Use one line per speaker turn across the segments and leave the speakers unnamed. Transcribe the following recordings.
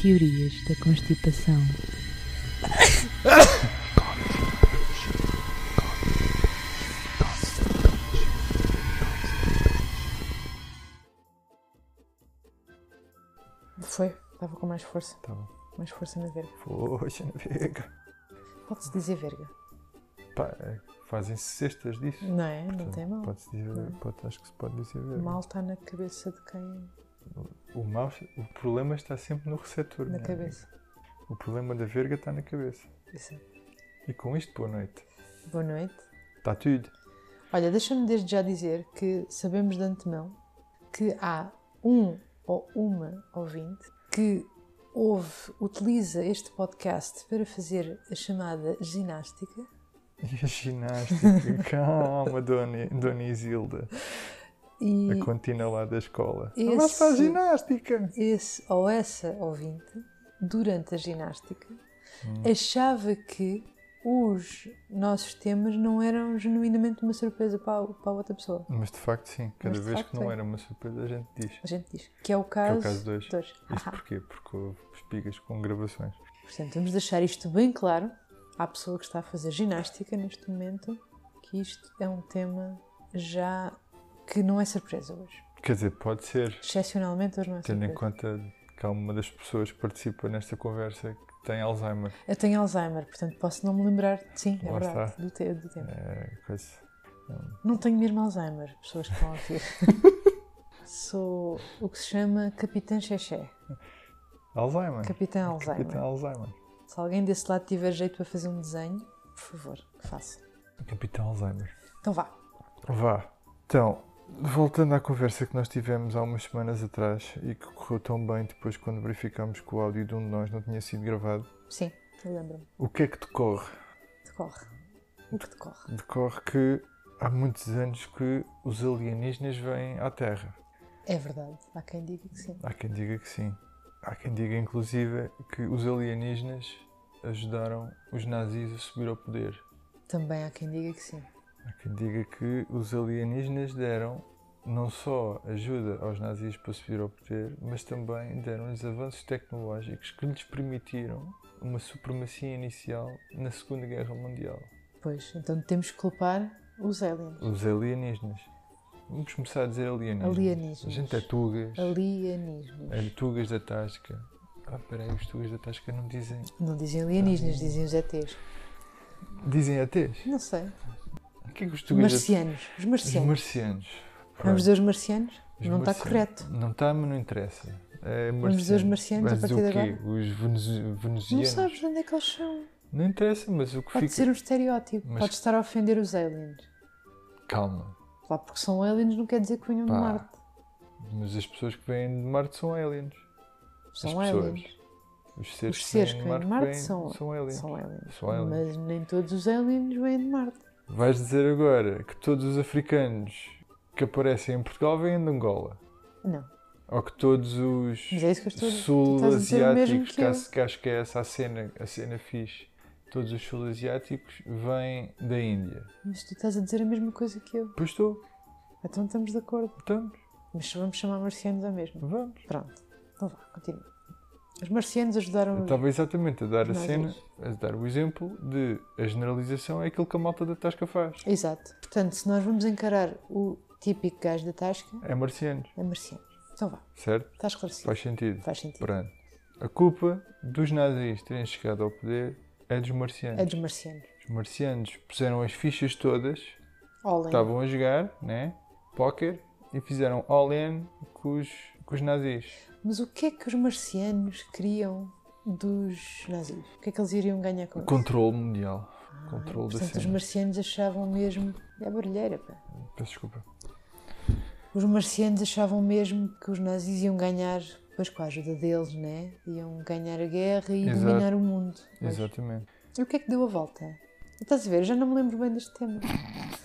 Teorias da constipação.
Foi, estava com mais força,
Tá bom.
mais força na verga.
Poxa, navega.
Pode-se dizer verga,
Pá, é, fazem-se cestas disso.
não é? não
Portanto,
tem mal.
Pode-se dizer,
Não.
pode- acho que se pode dizer.
O mal está na cabeça de quem?
O, mal, o problema está sempre no receptor.
Na
minha
cabeça.
amiga. O problema da verga está na cabeça.
Isso é.
E com isto, boa noite.
Boa noite.
Está tudo.
Olha, deixa-me desde já dizer que sabemos de antemão que há um ou uma ouvinte que ouve, utiliza este podcast para fazer a chamada ginástica
E a ginástica. Calma, dona, dona Isilda.
e
A contina lá da escola.
Esse-
Ela faz ginástica.
esse ou essa ouvinte, durante a ginástica,
Hum.
achava que os nossos temas não eram genuinamente uma surpresa para, a- para a outra pessoa.
Mas de facto, sim. Cada
de
vez
facto,
que não
é.
era uma surpresa, a gente diz.
A gente diz que é o caso,
caso de hoje. Isto
Haha.
porquê? Porque houve espigas com gravações.
Portanto, vamos deixar isto bem claro à pessoa que está a fazer ginástica neste momento, que isto é um tema já que não é surpresa hoje.
Quer dizer, pode ser.
Excepcionalmente hoje não é
Tendo em
surpresa.
conta que há uma das pessoas que participa nesta conversa que tem Alzheimer.
Eu tenho Alzheimer, portanto posso não me lembrar, sim, é
Lá
verdade,
está.
do, te do tempo.
É, coisa.
Não tenho mesmo Alzheimer, pessoas que estão a ouvir. Sou o que se chama Capitã Xexé,
Alzheimer.
Ah, Capitã Alzheimer.
Capitão Alzheimer.
Se alguém desse lado tiver jeito para fazer um desenho, por favor, que faça.
Capitão Alzheimer.
Então vá,
Vá. Então, voltando à conversa que nós tivemos há umas semanas atrás e que correu tão bem depois quando verificámos que o áudio de um de nós não tinha sido gravado,
sim, eu lembro-me,
o que é que decorre?
decorre. O que decorre?
Decorre que há muitos anos que os alienígenas vêm à Terra.
É verdade, há quem diga que sim.
Há quem diga que sim. Há quem diga, inclusive, que os alienígenas ajudaram os nazis a subir ao poder.
Também há quem diga que sim.
Há quem diga que os alienígenas deram não só ajuda aos nazis para subir ao poder, mas também deram-lhes avanços tecnológicos que lhes permitiram uma supremacia inicial na Segunda Guerra Mundial.
Pois, então temos que culpar os aliens.
Os alienígenas. Vamos começar a dizer alienígenas.
Alienígenas.
A gente é tugas.
Alienismos.
É tugas da Tasca. Ah, peraí, os tugas da Tasca não dizem
Não dizem alienígenas, dizem os ETs.
Dizem ETs?
Não sei.
O que é que os tugas
Marcianos. Os
Os
marcianos.
marcianos.
Vamos dizer os marcianos?
Os
não está
marcianos.
correto.
Não está, mas não interessa. É
Vamos dizer os marcianos a
Mas
partir
o
de
quê?
agora?
Os venezu-
Não
venezianos?
sabes de onde é que eles são.
Não interessa, mas o que
Pode
fica...
ser um estereótipo.
Mas-
Pode estar a ofender os aliens.
Calma.
Lá porque são aliens não quer dizer que venham de
Pá,
Marte.
Mas as pessoas que vêm de Marte são aliens.
São
as pessoas.
aliens.
Os seres,
Os seres
que vêm de Marte,
são-
são aliens.
São aliens.
São aliens.
Mas nem todos os aliens vêm de Marte.
Vais dizer agora que todos os africanos que aparecem em Portugal vêm de Angola.
Não.
Ou que todos os
Mas é isso que eu estou a dizer. Tu estás a dizer o mesmo
sul-asiáticos,
que
que,
eu.
acho- que acho que é essa a cena, a cena fixe, todos os sul-asiáticos vêm da Índia.
Mas tu estás a dizer a mesma coisa que eu.
Pois estou,
Então estamos de acordo.
estamos,
Mas vamos chamar marcianos a mesma.
vamos.
Pronto. Então vá, continua. Os marcianos ajudaram
Eu
os...
estava exatamente a dar a
Nós
cena, a dar o exemplo de a generalização é aquilo que a malta da Tasca faz.
Exato. Portanto, se nós vamos encarar o típico gajo da tasca,
É marcianos,
é marciano. Então vá,
certo?
está esclarecido.
Faz sentido.
Faz sentido.
Pronto. A culpa dos nazis terem chegado ao poder é dos
É
marcianos.
dos marcianos.
Os marcianos puseram as fichas todas
Olhem.
estavam a jogar, né? Póquer e fizeram all-in com os, com os nazis.
Mas o que é que os marcianos queriam dos nazis? O que é que eles iriam ganhar com isso?
Controle mundial. Controle da
Ah, Portanto, os
cena.
marcianos achavam mesmo... É barulheira, pá.
Peço desculpa.
Os marcianos achavam mesmo que os nazis iam ganhar, pois com a ajuda deles, né? Iam ganhar a guerra e
Exato.
dominar o mundo. Mas
Exatamente.
E o que é que deu a volta? Estás a ver? Eu Já não me lembro bem deste tema.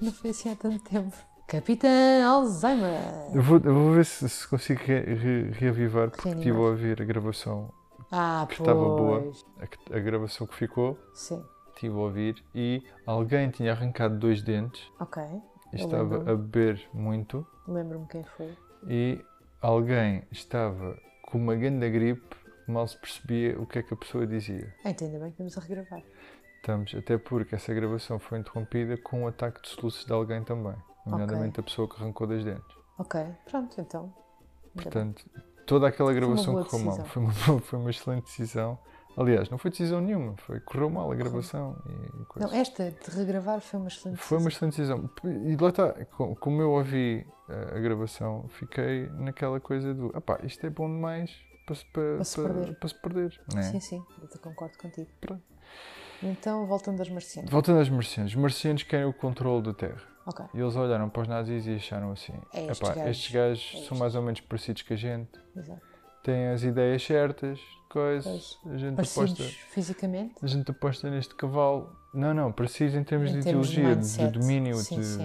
Não foi assim há tanto tempo. Capitã Alzheimer!
Eu vou, eu vou ver se, se consigo re- re- reavivar, porque
Reanimar.
estive a ouvir a gravação,
Ah,
Que
pois.
estava boa. a, que- a gravação que ficou,
Sim,
estive a ouvir e alguém tinha arrancado dois dentes
ok.
e
Eu
estava
lembro-me.
a beber muito
Lembro-me quem foi.
e alguém estava com uma grande gripe mal se percebia o que é que a pessoa dizia.
Então, ainda bem que estamos a regravar.
Estamos, até porque essa gravação foi interrompida com um ataque de soluços de alguém também, nomeadamente a pessoa que arrancou das dentes.
Ok, pronto, então. Ainda bem.
Portanto, toda aquela
uma
gravação
boa
correu mal. Foi uma, boa- foi uma excelente decisão. Aliás, não foi decisão nenhuma, foi correu mal a gravação e coisa.
Não, esta de regravar foi uma excelente
Foi uma
decisão.
excelente decisão. E lá está, co- como eu ouvi eh, a gravação, fiquei naquela coisa do "Epá, isto é bom demais para se, para,
Para se
para-
perder."
para se perder", né?
Sim, sim, eu te concordo contigo.
Pronto.
Então, voltando aos marcianos.
Voltando aos marcianos, os marcianos querem o controle da Terra.
Ok,
E eles olharam para os nazis e acharam assim:
É estes
"Epá,
gajos.
estes gajos
É
são mais ou menos parecidos que a gente,
exato.
têm as ideias certas, coisas, a gente aposta.
Parecidos fisicamente?
A gente aposta neste cavalo. Não, não, preciso em termos
Em
de
termos de
ideologia, de,
mindset.
domínio,
Sim,
de,
sim.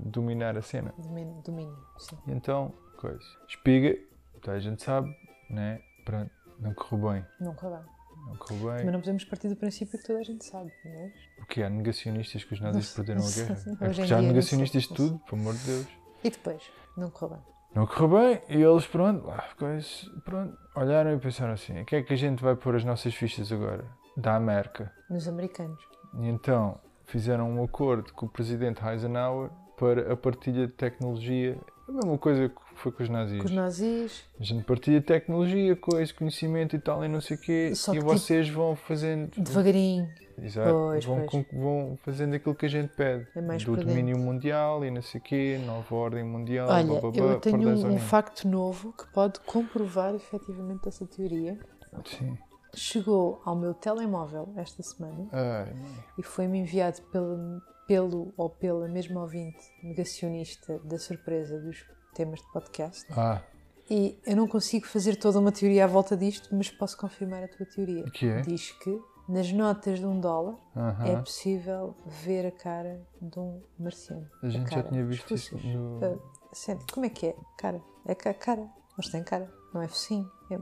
de dominar a cena.
Domínio, domínio, sim.
E então, coisa. Espiga, toda a gente sabe, né? Pronto, não correu bem.
Nunca bem.
Não correu
Mas
bem.
não podemos partir do princípio que toda a gente sabe, não é?
Porque há negacionistas que os nazis
Não
perderam a
sei,
guerra.
não sei.
É
Hoje
porque
em
já há
dia não
negacionistas de
sei, não
tudo, pelo amor de Deus.
E depois? Não correu bem.
Não correu bem e eles, pronto, lá, coisa, pronto, olharam e pensaram assim: o que é que a gente vai pôr as nossas fichas agora? Da América.
Nos americanos.
E então fizeram um acordo com o presidente Eisenhower para a partilha de tecnologia, a mesma coisa que foi com os nazis.
Com os nazis,
A gente partilha tecnologia, coisa, conhecimento e tal, e não sei o quê,
Só
e
que
vocês vão fazendo.
devagarinho.
Exato,
Pois,
vão,
pois.
con- vão fazendo aquilo que a gente pede.
É mais
do
prudente.
domínio mundial e não sei o quê, nova ordem mundial,
Olha,
Ah, blá, blá, blá,
eu tenho
pardais
um,
ou
um
não.
facto novo que pode comprovar efetivamente essa teoria.
Sim.
Chegou ao meu telemóvel esta semana
Ai, mãe.
e foi-me enviado pelo, pelo ou pela mesma ouvinte negacionista da surpresa dos temas de podcast.
Ah,
E eu não consigo fazer toda uma teoria à volta disto, mas posso confirmar a tua teoria.
O que é?
Diz que nas notas de um dólar
aham.
é possível ver a cara de um marciano.
A gente já
cara,
tinha
os
visto isso
fósseis.
no.
Ah, sério, como é que é? Cara, é ca- cara. Mas tem cara, não é focinho, é,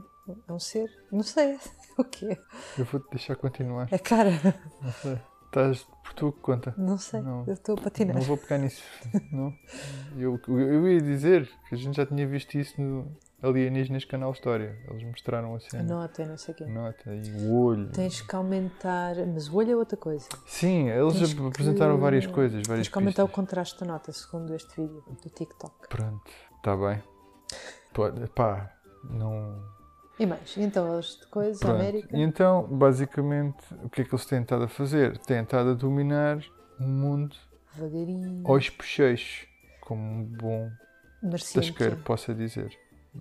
é um ser, não sei o que é.
Eu vou-te deixar continuar.
É cara,
Não sei. Estás por tua conta.
não sei,
Não.
eu estou a patinar.
Não vou pegar nisso. não. Eu, eu ia dizer que a gente já tinha visto isso no Alienígenas Canal História. Eles mostraram a
A
cena.
nota, eu não sei o quê.
Nota e o olho.
Tens que aumentar, mas o olho é outra coisa.
Sim, eles
Tens
ap-
que-
apresentaram várias coisas, várias
Tens que aumentar o
pistas.
contraste da nota, segundo este vídeo do TikTok.
Pronto, está bem. Pode, pá, não.
E mais, então eles de coisas,
Pronto.
América.
E então, basicamente, o que é que eles têm estado a fazer? Têm estado a dominar o mundo
Devagarinho.
aos pecheiros, como um bom
Marciano.
tasqueiro
que
possa dizer.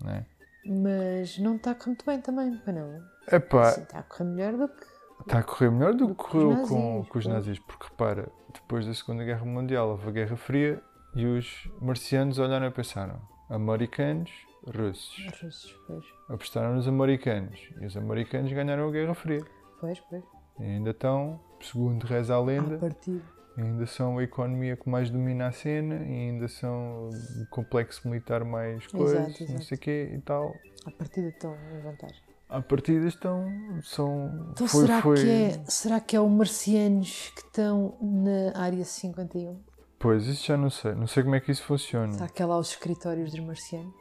Né?
é. Mas não está a correr muito bem também, para não.
Epá,
Assim, está a correr melhor do que.
Está a correr melhor
Do
do que
que os
correu
nazis,
com, com os
pois.
nazis, porque repara, depois da Segunda Guerra Mundial houve a Guerra Fria e os marcianos olharam e pensaram: americanos, russos.
os russos, pois.
Apostaram nos americanos e os americanos ganharam a Guerra Fria.
Pois, pois.
E ainda estão, segundo reza a
À
lenda,
partida.
ainda são a economia que mais domina a cena e ainda são o complexo militar mais coisas, não
exato.
sei o quê e tal.
À partida estão em vantagem.
A partida estão. São,
Então será, Que é, será que é o marcianos que estão na área 51?
Pois, isso já não sei. Não sei como é que isso funciona.
Será que é lá os escritórios dos marcianos?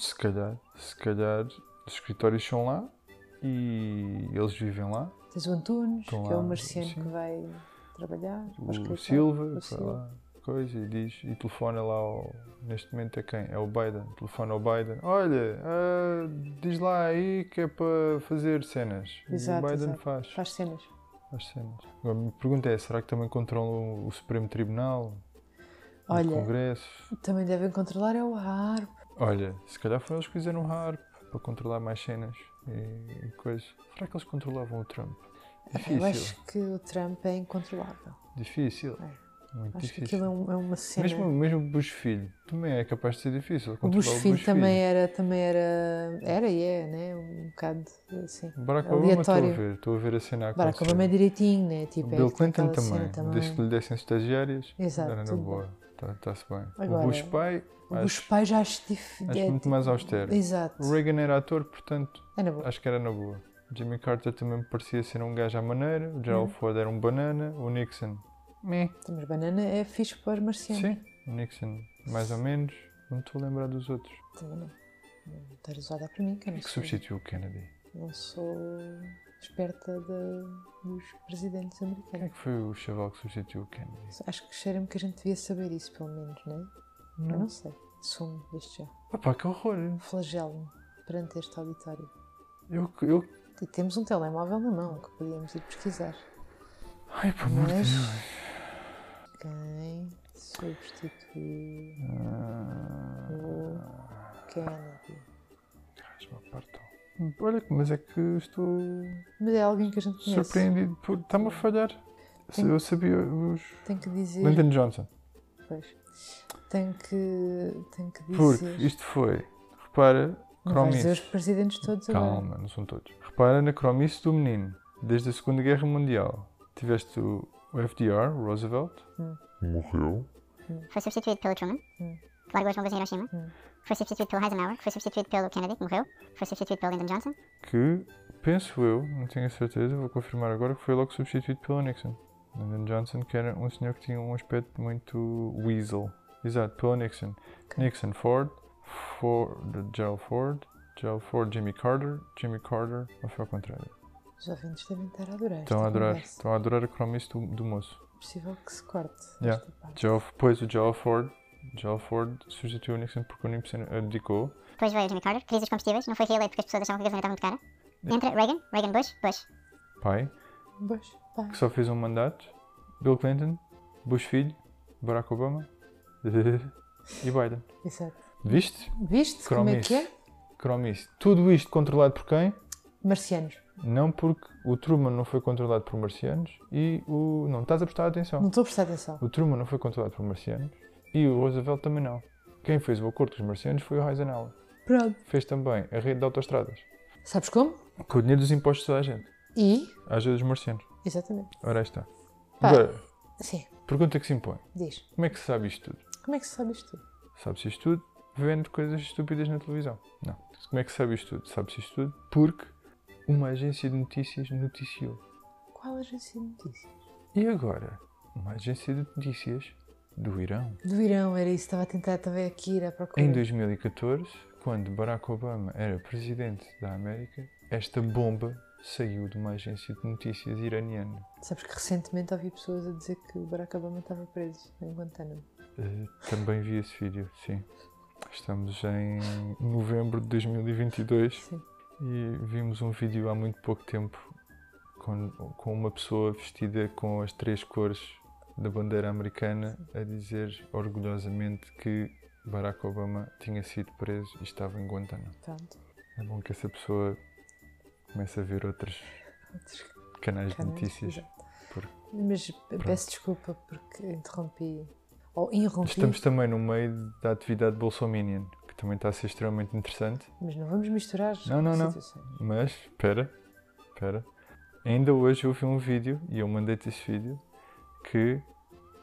Se calhar, se calhar os escritórios são lá e eles vivem lá.
Tens o Antunes,
Estão
que é
lá,
o marciano
sim.
que vai trabalhar. para
O
escritório.
Silva,
é o
vai
Silva.
lá, coisa, e diz, e telefona lá ao. Neste momento é quem? É o Biden. Telefona ao Biden. Olha, ah, diz lá aí que é para fazer cenas.
Exato,
e o Biden
exato.
faz,
Faz cenas.
faz cenas. Agora, a minha pergunta é: será que também controlam o Supremo Tribunal? o
Olha,
Congresso?
também devem controlar é o harp.
Olha, se calhar foram eles que fizeram o harp para controlar mais cenas e, e coisas. Será que eles controlavam o Trump?
Eu
Difícil,
acho que o Trump é incontrolável.
difícil. Muito
Acho que
difícil.
aquilo é, um- é uma cena.
mesmo, mesmo o Bush Filho também é capaz de ser difícil.
o
controlar
Bush Filho também é era, também era, era e é, né? Um bocado assim.
Barack Obama estou a
aleatório.
ver, estou a ver a cena a
Barack
acontecer.
Obama é direitinho, né? Tipo, é
Bill
que tem
Clinton
aquela cena
também, desde que lhe dessem estagiárias,
Exato,
era na
tudo
boa, está-se bem.
Agora,
o Bush pai,
O Bush
acho,
pai já acho diferente.
acho muito mais austero.
Exato.
O Reagan era ator, portanto,
É na boa.
acho que era na boa. Jimmy Carter também me parecia ser um gajo à maneira, o Gerald
Uhum.
Ford era um banana, o Nixon, meh.
Mas banana é fixe para os marcianos.
Sim, o Nixon, mais ou menos, não me estou a lembrar dos outros. é
Também não. Não estar usada para mim, que eu não
que
sou-
substituiu o Kennedy.
Não sou esperta de- dos presidentes
Quem é
americanos.
que foi o chaval que substituiu o Kennedy?
Acho que cheira-me que a gente devia saber isso, pelo menos, não é? Eu não sei. Sumo desde já.
Papá, que horror!
Flagelo-me perante este auditório.
Eu, eu...
E temos um telemóvel na mão que podíamos ir pesquisar.
Ai, por amor de
Mas.
Deus!
Quem substituiu o Kennedy?
Ai, uma partão. Olha, mas é que estou
Mas é alguém que a gente conhece.
surpreendido por. Está-me a falhar. Se
Tem-
Eu sabia os.
Tenho que dizer.
Lyndon Johnson.
Pois. Tenho que. Tenho que
Porque
dizer.
isto foi. Repara,
Não vais dizer os
cromice.
presidentes todos agora.
Calma, não são todos. Repara na cromice do menino. Desde a Segunda Guerra Mundial. Tiveste o o FDR, Roosevelt.
morreu,
foi substituído pelo Truman,
Hum.
que largou as bombas em Hiroshima,
Hum.
foi substituído pelo Eisenhower, que foi substituído pelo Kennedy, que morreu, foi substituído pelo Lyndon Johnson,
que penso eu, não tenho a certeza, vou confirmar agora, que foi logo substituído pelo Nixon. Lyndon Johnson, que era um senhor que tinha um aspecto muito weasel. Exato, pelo Nixon.
Ok.
Nixon Ford, Ford, Gerald Ford, Gerald Ford, Jimmy Carter, Jimmy Carter, ou foi ao contrário.
Os ouvintes devem estar a adorar.
Estão
esta
a adorar,
conversa.
estão a adorar a cromice do, do moço.
É possível que se corte
Yeah.
esta parte.
Gerald, pois o Gerald Ford, Gerald Ford substituiu o Nixon porque o Nixon abdicou.
depois veio Jimmy Carter, crise dos combustíveis, não foi reeleito porque as pessoas achavam que a gasolina estava muito cara, entra Reagan, Reagan Bush, Bush,
Pai,
Pois, pá.
que só fez um mandato, Bill Clinton, Bush filho, Barack Obama e Biden.
Exato.
Viste?
Viste como é que é?
Cromice. Tudo isto controlado por quem?
Marcianos.
Não porque o Truman não foi controlado por marcianos e o. Não, estás a prestar
Não
atenção.
estou a prestar atenção.
O Truman não foi controlado por marcianos e o Roosevelt também não. Quem fez o acordo com os marcianos foi o Eisenhower.
Pronto.
Fez também a rede de autostradas.
Sabes como?
Com o dinheiro dos impostos da gente.
E.
A ajuda dos marcianos.
Exatamente.
Ora aí está.
Pá.
Agora,
Sim,
pergunta que se impõe.
diz.
Como é que se sabe isto tudo?
Como é que se sabe isto tudo?
Sabe-se isto tudo vendo coisas estúpidas na televisão. Não. Como é que sabe isto tudo? Sabe-se isto tudo porque uma agência de notícias noticiou.
Qual agência de notícias?
E agora? Uma agência de notícias do Irão.
Do Irão, era isso. Estava a tentar também aqui ir à procura.
Em 2014, quando Barack Obama era presidente da América, esta bomba saiu de uma agência de notícias iraniana.
Sabes que recentemente ouvi pessoas a dizer que o Barack Obama estava preso em Guantánamo.
Eh, também vi esse vídeo, sim. Estamos em novembro de 2022.
Sim.
E vimos um vídeo há muito pouco tempo com, com uma pessoa vestida com as três cores da bandeira americana a dizer orgulhosamente que Barack Obama tinha sido preso e estava em Guantánamo.
Pronto.
É bom que essa pessoa comece a ver outros
Outros
canais de
canais,
notícias.
exato.
por-
Mas peço desculpa porque interrompi. Ou interrompi.
Estamos também no meio da atividade Bolsominion, que também está a ser extremamente interessante.
Mas não vamos misturar
Não, não, não.
situações.
Mas, espera, espera. Ainda hoje eu vi um vídeo, e eu mandei-te esse vídeo, que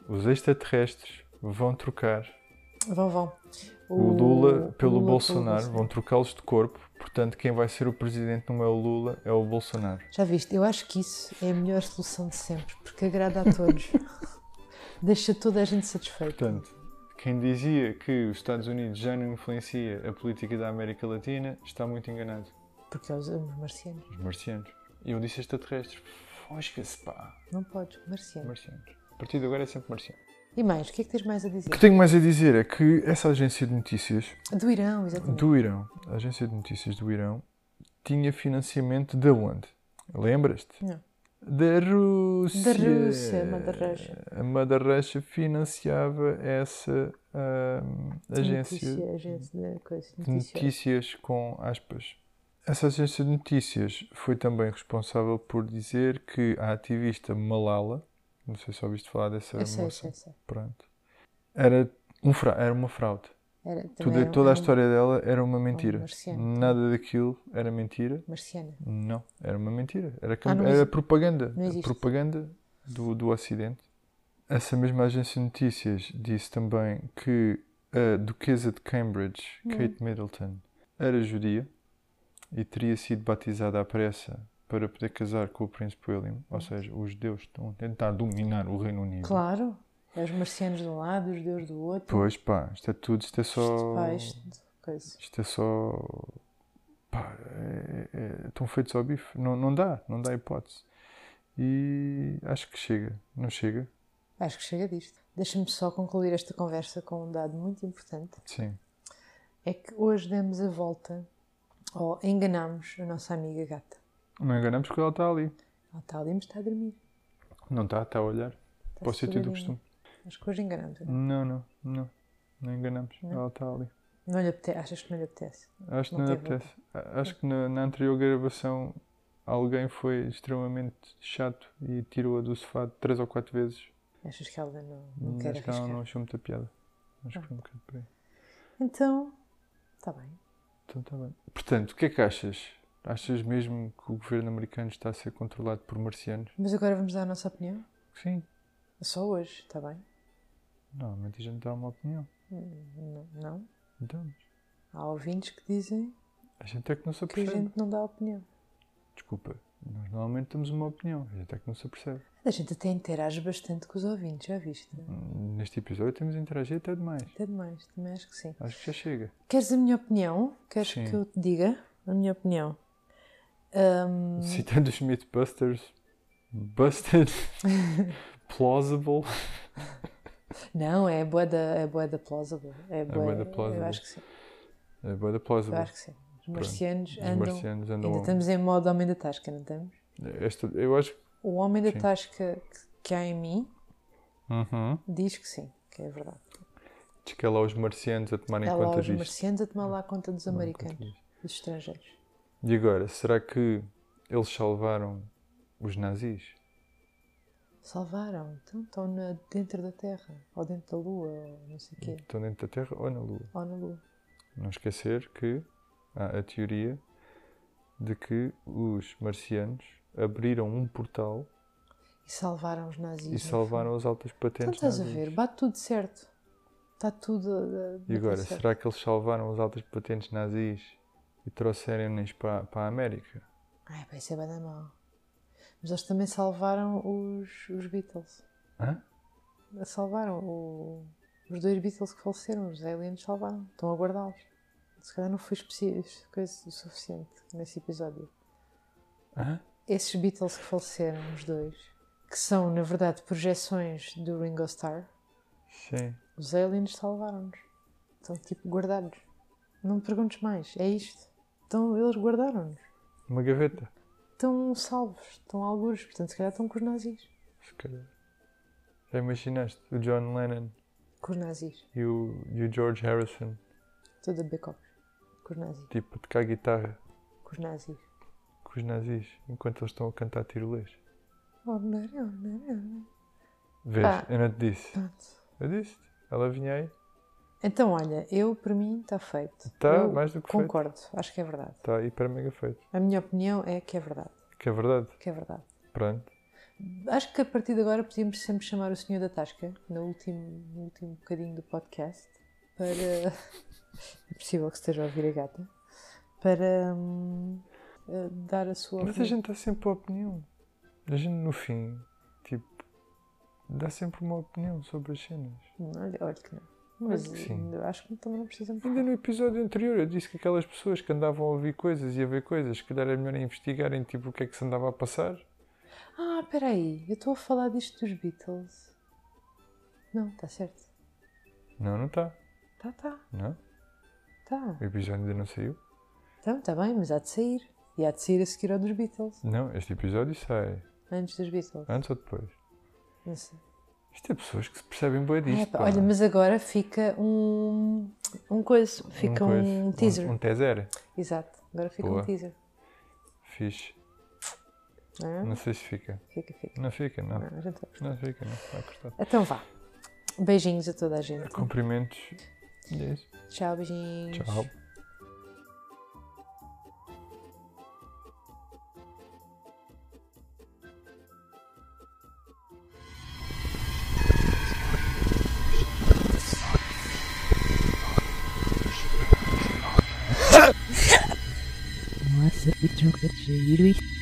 os extraterrestres vão trocar
Vão, vão.
o, Lula pelo
o Lula
Bolsonaro, vão trocá-los de corpo. Portanto, quem vai ser o presidente não é o Lula, é o Bolsonaro.
Já viste? Eu acho que isso é a melhor solução de sempre, porque agrada a todos. Deixa toda a gente satisfeita.
Portanto, quem dizia que os Estados Unidos já não influencia a política da América Latina está muito enganado.
Porque nós amamos marcianos.
Os marcianos. E eu disse extraterrestres. Fosca-se, pá.
Não podes, marcianos.
Marcianos. A partir de agora é sempre marciano.
E mais, o que é que tens mais a
O que
dizer?
tenho mais a dizer é que essa agência de notícias
Do Irão, exatamente.
do Irão, a agência de notícias do Irão, tinha financiamento de onde? Lembras-te?
Não.
Da Rússia.
Da Rússia, Mother Russia.
A Mother Russia financiava essa ahm, agência
Notícia, agência de coisa.
de
Notícia.
notícias com aspas. Essa agência de notícias foi também responsável por dizer que a ativista Malala, não sei se ouviste falar dessa
Eu É, sei, eu
moça,
sei, eu sei.
pronto, era, um fra era uma fraude.
Era, também
Tudo- é
era um-
toda a
era um
história dela era uma mentira.
marciano.
Nada daquilo era mentira.
Marciana.
Não, era uma mentira. Era,
Ah, não
camp- era
existe.
propaganda.
Não existe.
Propaganda do, do Ocidente. Essa mesma agência de notícias disse também que a duquesa de Cambridge,
Hum.
Kate Middleton, era judia e teria sido batizada à pressa para poder casar com o príncipe William. Ou seja, os judeus estão a tentar dominar o Reino Unido.
Hum. Claro. É os marcianos de um lado, os deus do outro.
Pois pá, isto é tudo, isto é
Isto,
só.
pá, isto, coisa.
Isto é só pá, é- é- estão feitos ao bife. Não, não dá, não dá hipótese. E acho que chega, não chega?
Acho que chega disto. Deixa-me só concluir esta conversa com um dado muito importante.
Sim.
É que hoje demos a volta ou enganamos a nossa amiga gata.
Não enganamos porque ela está ali.
Ela está ali, mas está a dormir.
Não está, está a olhar.
Está
Para o sítio do
sossegadinha.
costume.
Acho que hoje enganamos. Não,
Não, não, não. Não enganamos.
Não?
Ela está ali.
não lhe apetece. Achas que não lhe apetece?
Acho que
Não
não,
teve
apetece. A- Acho que na, na anterior gravação alguém foi extremamente chato e tirou-a do sofá três ou quatro vezes.
Achas que ela não, não quer
Hum, acho que ela
arriscar?
não achou muita piada. Acho que foi um bocado por aí.
Então, está bem.
Então tá bem. Portanto, o que é que achas? Achas mesmo que o governo americano está a ser controlado por marcianos?
Mas agora vamos dar a nossa opinião?
Sim.
Só hoje, está bem?
Normalmente a gente dá uma opinião.
Não, não.
Então,
Há ouvintes que dizem
a gente é que não se
que a
apercebe.
gente não dá opinião.
Desculpa. Nós normalmente damos uma opinião. A gente é que não se apercebe.
A gente até interage bastante com os ouvintes, já viste? Né?
Hum, Neste episódio temos a interagir até demais.
Até demais, também acho que sim.
Acho que já chega.
Queres a minha opinião? Queres
Sim.
que eu te diga a minha opinião? Hum.
Citando os Mythbusters. Busted. plausible.
Não, é boa da, é boa da plausible. É boa,
bué da plausible.
Eu acho que sim.
É boa da
Eu
plausible.
acho que sim. Os marcianos
Os
andam.
marcianos andam...
Ainda estamos em modo homem da tasca, não estamos?
Esta, eu acho...
O homem da
Sim.
tasca que, que há em mim
Uhum.
diz que sim, que é verdade.
Diz que é lá os marcianos a tomarem
Há lá
conta
os
disto.
marcianos a tomar lá conta dos
Tomarem conta
americanos,
disto.
dos estrangeiros.
E agora, será que eles salvaram os nazis?
Salvaram, então estão na- dentro da Terra, ou dentro da Lua, ou não sei o quê,
Estão dentro da Terra ou na Lua?
ou na Lua.
Não esquecer que há a teoria de que os marcianos abriram um portal
E salvaram os nazis.
e
no
salvaram as altas
Então
patentes
estás a
nazis.
ver, bate tudo certo. Está tudo. eh, a- a
E
bater
agora,
certo.
será que eles salvaram as altas patentes nazis e trouxeram-nas para, para a América?
Ai, pá, isso é bem da mal. Mas eles também salvaram os, os Beatles.
Hã?
Salvaram o- os dois Beatles que faleceram, os aliens salvaram. Estão a guardá-los. Se calhar não foi especi- coisa o suficiente nesse episódio.
Hã?
Esses Beatles que faleceram, os dois, que são, na verdade, projeções do Ringo Starr,
Sim.
os aliens salvaram-nos. Estão, tipo, guardados. Não me perguntes mais, é isto. Então, eles guardaram-nos.
Uma gaveta,
Estão salvos, estão algures, portanto, se calhar estão com os nazis.
se calhar. Já imaginaste o John Lennon
Com os nazis.
e o, e o George Harrison,
Toda backup. Com os nazis.
tipo, a tocar guitarra
Com os nazis.
com os nazis enquanto eles estão a cantar tirolês.
Oh, não, não, não, não.
Vês?
Ah.
Eu não te disse.
Pronto.
Eu disse. Ela vinha aí.
Então, olha, eu, para mim, está feito.
Tá,
Eu
mais do que feito.
Concordo, acho que é verdade.
Está hiper mega feito.
A minha opinião é que é verdade.
Que é verdade.
Que é verdade.
Pronto.
Acho que a partir de agora podíamos sempre chamar o senhor da Tasca, no último, no último bocadinho do podcast, para. É possível que esteja a ouvir a gata. Para hum, eh, dar a sua
Mas a gente dá sempre a opinião. A gente no fim, tipo, dá sempre uma opinião sobre as cenas.
Hum, Olha, olha que não. Mas
que sim.
eu acho que também não precisamos.
Ainda no episódio anterior eu disse que aquelas pessoas que andavam a ouvir coisas e a ver coisas, se calhar é melhor investigarem tipo o que é que se andava a passar.
Ah, peraí, eu estou a falar disto dos Beatles. Não, está certo.
Não, não está.
Tá, tá,
Não?
tá.
O episódio ainda não saiu.
Então, está bem, mas há de sair. E há de sair a seguir ao dos Beatles.
Não, este episódio sai
Antes dos Beatles.
antes ou depois.
Não sei.
Isto é pessoas que se percebem bem disto.
É, pá,
pá.
olha, mas agora fica um. Um coisa. Fica um,
coisa,
teaser.
Um, um teaser.
Exato, agora fica
Boa.
um teaser.
Fixe.
Ah,
Não sei se fica.
Fica, fica.
Não fica, não.
Ah, a gente vai-
Não fica, não. Vai custar.
Então vá. Beijinhos a toda a gente.
Cumprimentos. E é isso.
Tchau, beijinhos.
Tchau.
Nossa, que tronco de é giro isto.